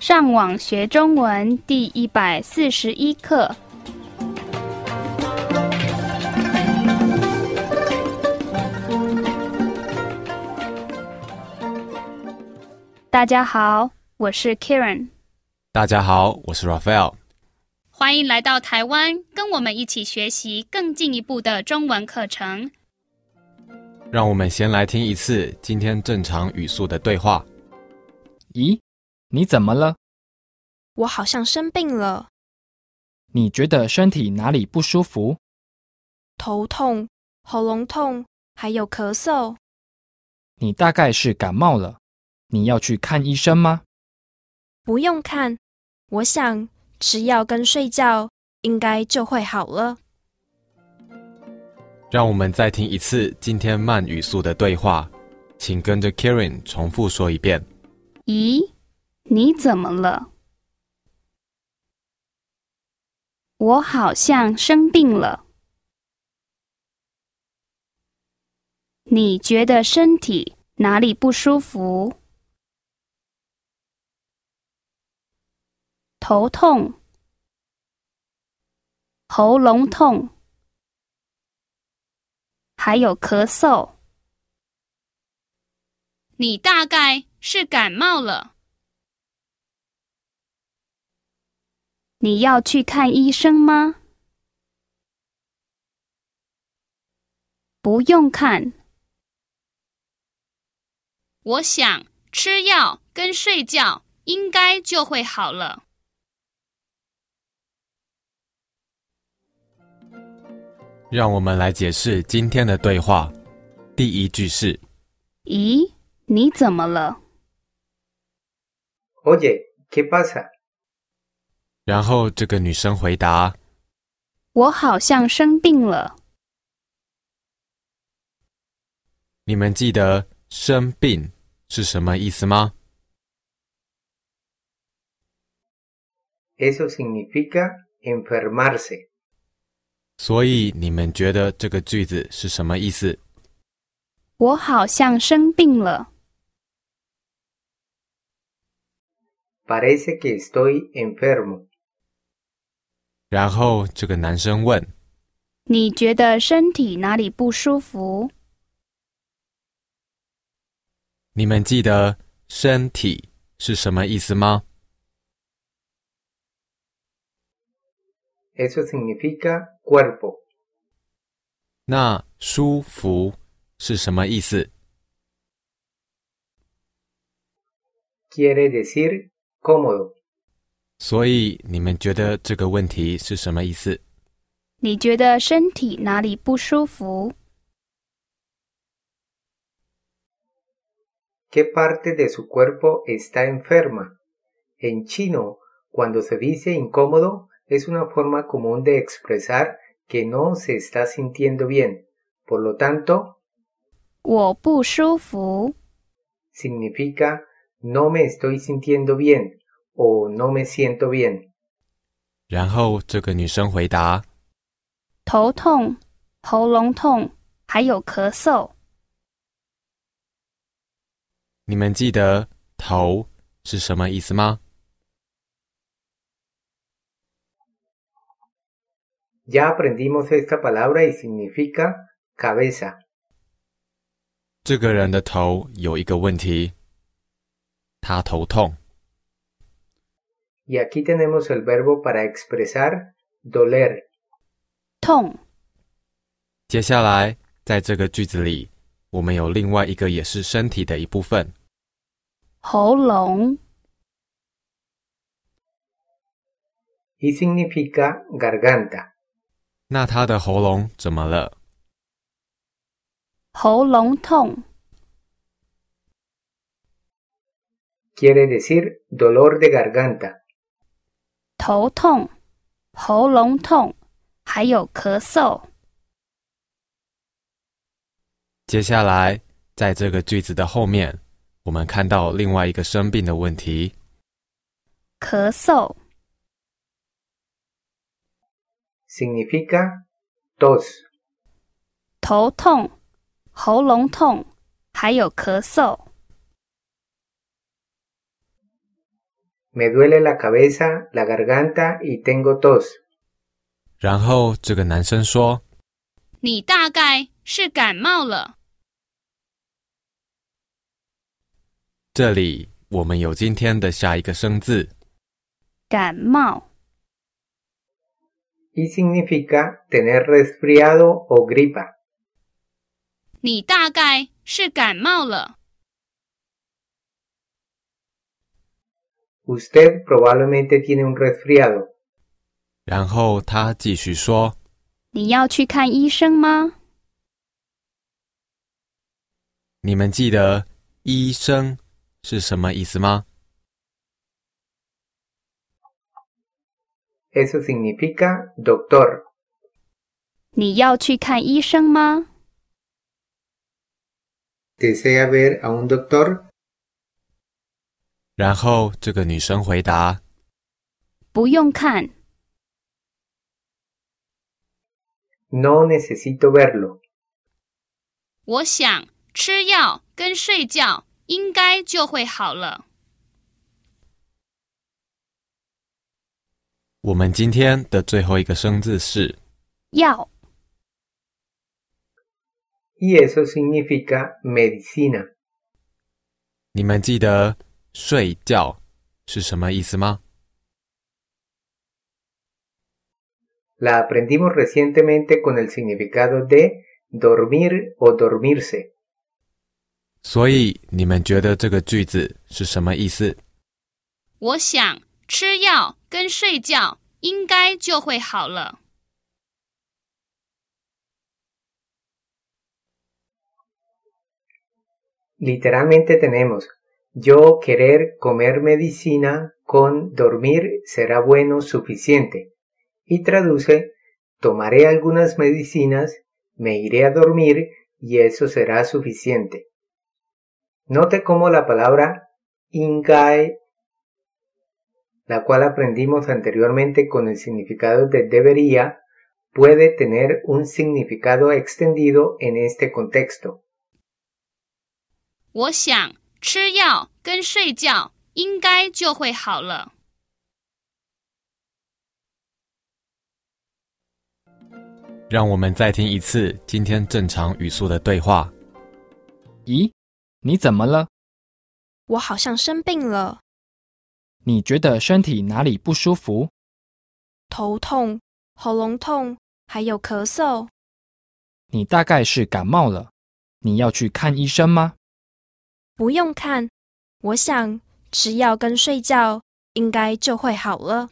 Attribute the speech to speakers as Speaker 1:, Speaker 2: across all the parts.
Speaker 1: 上网学中文第一百四十一课。大家好，我是 Karen，
Speaker 2: 大家好，我是 Raphael。
Speaker 1: 欢迎来到台湾，跟我们一起学习更进一步的中文课程。
Speaker 2: 让我们先来听一次今天正常语速的对话。
Speaker 3: 咦，你怎么了？
Speaker 4: 我好像生病了，
Speaker 3: 你觉得身体哪里不舒服？
Speaker 4: 头痛、喉咙痛，还有咳嗽。
Speaker 3: 你大概是感冒了，你要去看医生吗？
Speaker 4: 不用看，我想吃药跟睡觉应该就会好了。
Speaker 2: 让我们再听一次今天慢语速的对话，请跟着 Karen 重复说一遍。
Speaker 1: 咦，你怎么了？我好像生病了。你觉得身体哪里不舒服？头痛、喉咙痛，还有咳嗽。你大概是感冒了。你要去看医生吗？不用看。我想吃药跟睡觉应该就会好了。
Speaker 2: 让我们来解释今天的对话。第一句是
Speaker 1: 咦，你怎么了？
Speaker 5: Oye, ¿qué pasa?
Speaker 2: 然后这个女生回答，
Speaker 1: 我好像生病了。
Speaker 2: 你们记得“生病”是什么意思吗？
Speaker 5: Eso significa enfermarse.
Speaker 2: 所以你们觉得这个句子是什么意思？
Speaker 1: 我好像生病了。
Speaker 5: Parece que estoy enfermo.
Speaker 2: 然后这个男生问，
Speaker 1: 你觉得身体哪里不舒服？
Speaker 2: 你们记得“身体”是什么意思吗？
Speaker 5: Eso significa cuerpo.
Speaker 2: 那“舒服”是什么意思？
Speaker 5: Quiere decir cómodo.
Speaker 2: 所以你们觉得这个问题是什么意思？
Speaker 1: 你觉得身体哪里不舒服？
Speaker 5: ¿Qué parte de su cuerpo está enferma? En chino, cuando se dice incómodo, es una forma común de expresar que no se está sintiendo bien. Por lo tanto,
Speaker 1: 我不舒服。
Speaker 5: significa no me estoy sintiendo bien o no me siento bien.
Speaker 2: 然后这个女生回答，
Speaker 1: 头痛、喉咙痛，还有咳嗽。
Speaker 2: 你们记得“头”是什么意思吗？
Speaker 5: Ya aprendimos esta palabra y significa cabeza.
Speaker 2: 这个人的头有一个问题，他头痛。
Speaker 5: Y aquí tenemos el verbo para expresar doler.
Speaker 1: 痛，
Speaker 2: 接下来，在这个句子里，我们有另外一个也是身体的一部分，
Speaker 1: 喉咙，
Speaker 5: Y significa garganta.
Speaker 2: 那他的喉咙怎么了？
Speaker 1: 喉咙痛，
Speaker 5: Quiere decir dolor de garganta.
Speaker 1: 头痛，喉咙痛，还有咳嗽。
Speaker 2: 接下来，在这个句子的后面，我们看到另外一个生病的问题，
Speaker 1: 咳嗽，
Speaker 5: Significa tos.
Speaker 1: 头痛，喉咙痛，还有咳嗽。
Speaker 5: Me duele la cabeza, la garganta y tengo tos.
Speaker 2: 然后这个男生说
Speaker 1: 你大概是感冒了。：“
Speaker 2: 这里我们有今天的下一个生字，
Speaker 1: 感冒，
Speaker 5: Y significa tener resfriado o gripa.
Speaker 1: 你大概是感冒了。
Speaker 5: Usted probablemente tiene un resfriado.
Speaker 2: 然后他继续说
Speaker 1: 你要去看医生吗？：‘
Speaker 2: 你们记得医生是什么意思吗？
Speaker 5: Eso significa doctor.
Speaker 1: 你要去看医生吗？
Speaker 5: ¿Desea ver a un doctor?
Speaker 2: 然后这个女生回答
Speaker 1: 不用看，
Speaker 5: No necesito verlo.
Speaker 1: 我想吃药跟睡觉应该就会好了。：‘
Speaker 2: 我们今天的最后一个生字是
Speaker 1: 药，
Speaker 5: Y eso significa medicina.
Speaker 2: 你们记得睡觉是什么意思吗？
Speaker 5: La aprendimos recientemente con el significado de dormir o dormirse.
Speaker 2: 所以你们觉得这个句子是什么意思？
Speaker 1: 我想吃药跟睡觉应该就会好了。
Speaker 5: Literalmente tenemos yo querer comer medicina con dormir será bueno suficiente. Y traduce tomaré algunas medicinas, me iré a dormir y eso será suficiente. Note cómo la palabra ingae, la cual aprendimos anteriormente con el significado de debería, puede tener un significado extendido en este contexto.
Speaker 1: 我想吃药跟睡觉应该就会好了。
Speaker 2: 让我们再听一次今天正常语速的对话。
Speaker 3: 咦，你怎么了？
Speaker 4: 我好像生病了，
Speaker 3: 你觉得身体哪里不舒服？
Speaker 4: 头痛、喉咙痛，还有咳嗽。
Speaker 3: 你大概是感冒了。你要去看医生吗？
Speaker 4: 不用看，我想吃药跟睡觉应该就会好了。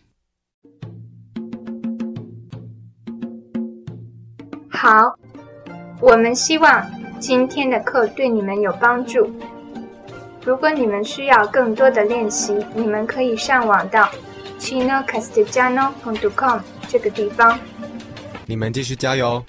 Speaker 6: 好，我们希望今天的课对你们有帮助。如果你们需要更多的练习，你们可以上网到 chinocastellano.com 这个地方。
Speaker 2: 你们继续加油！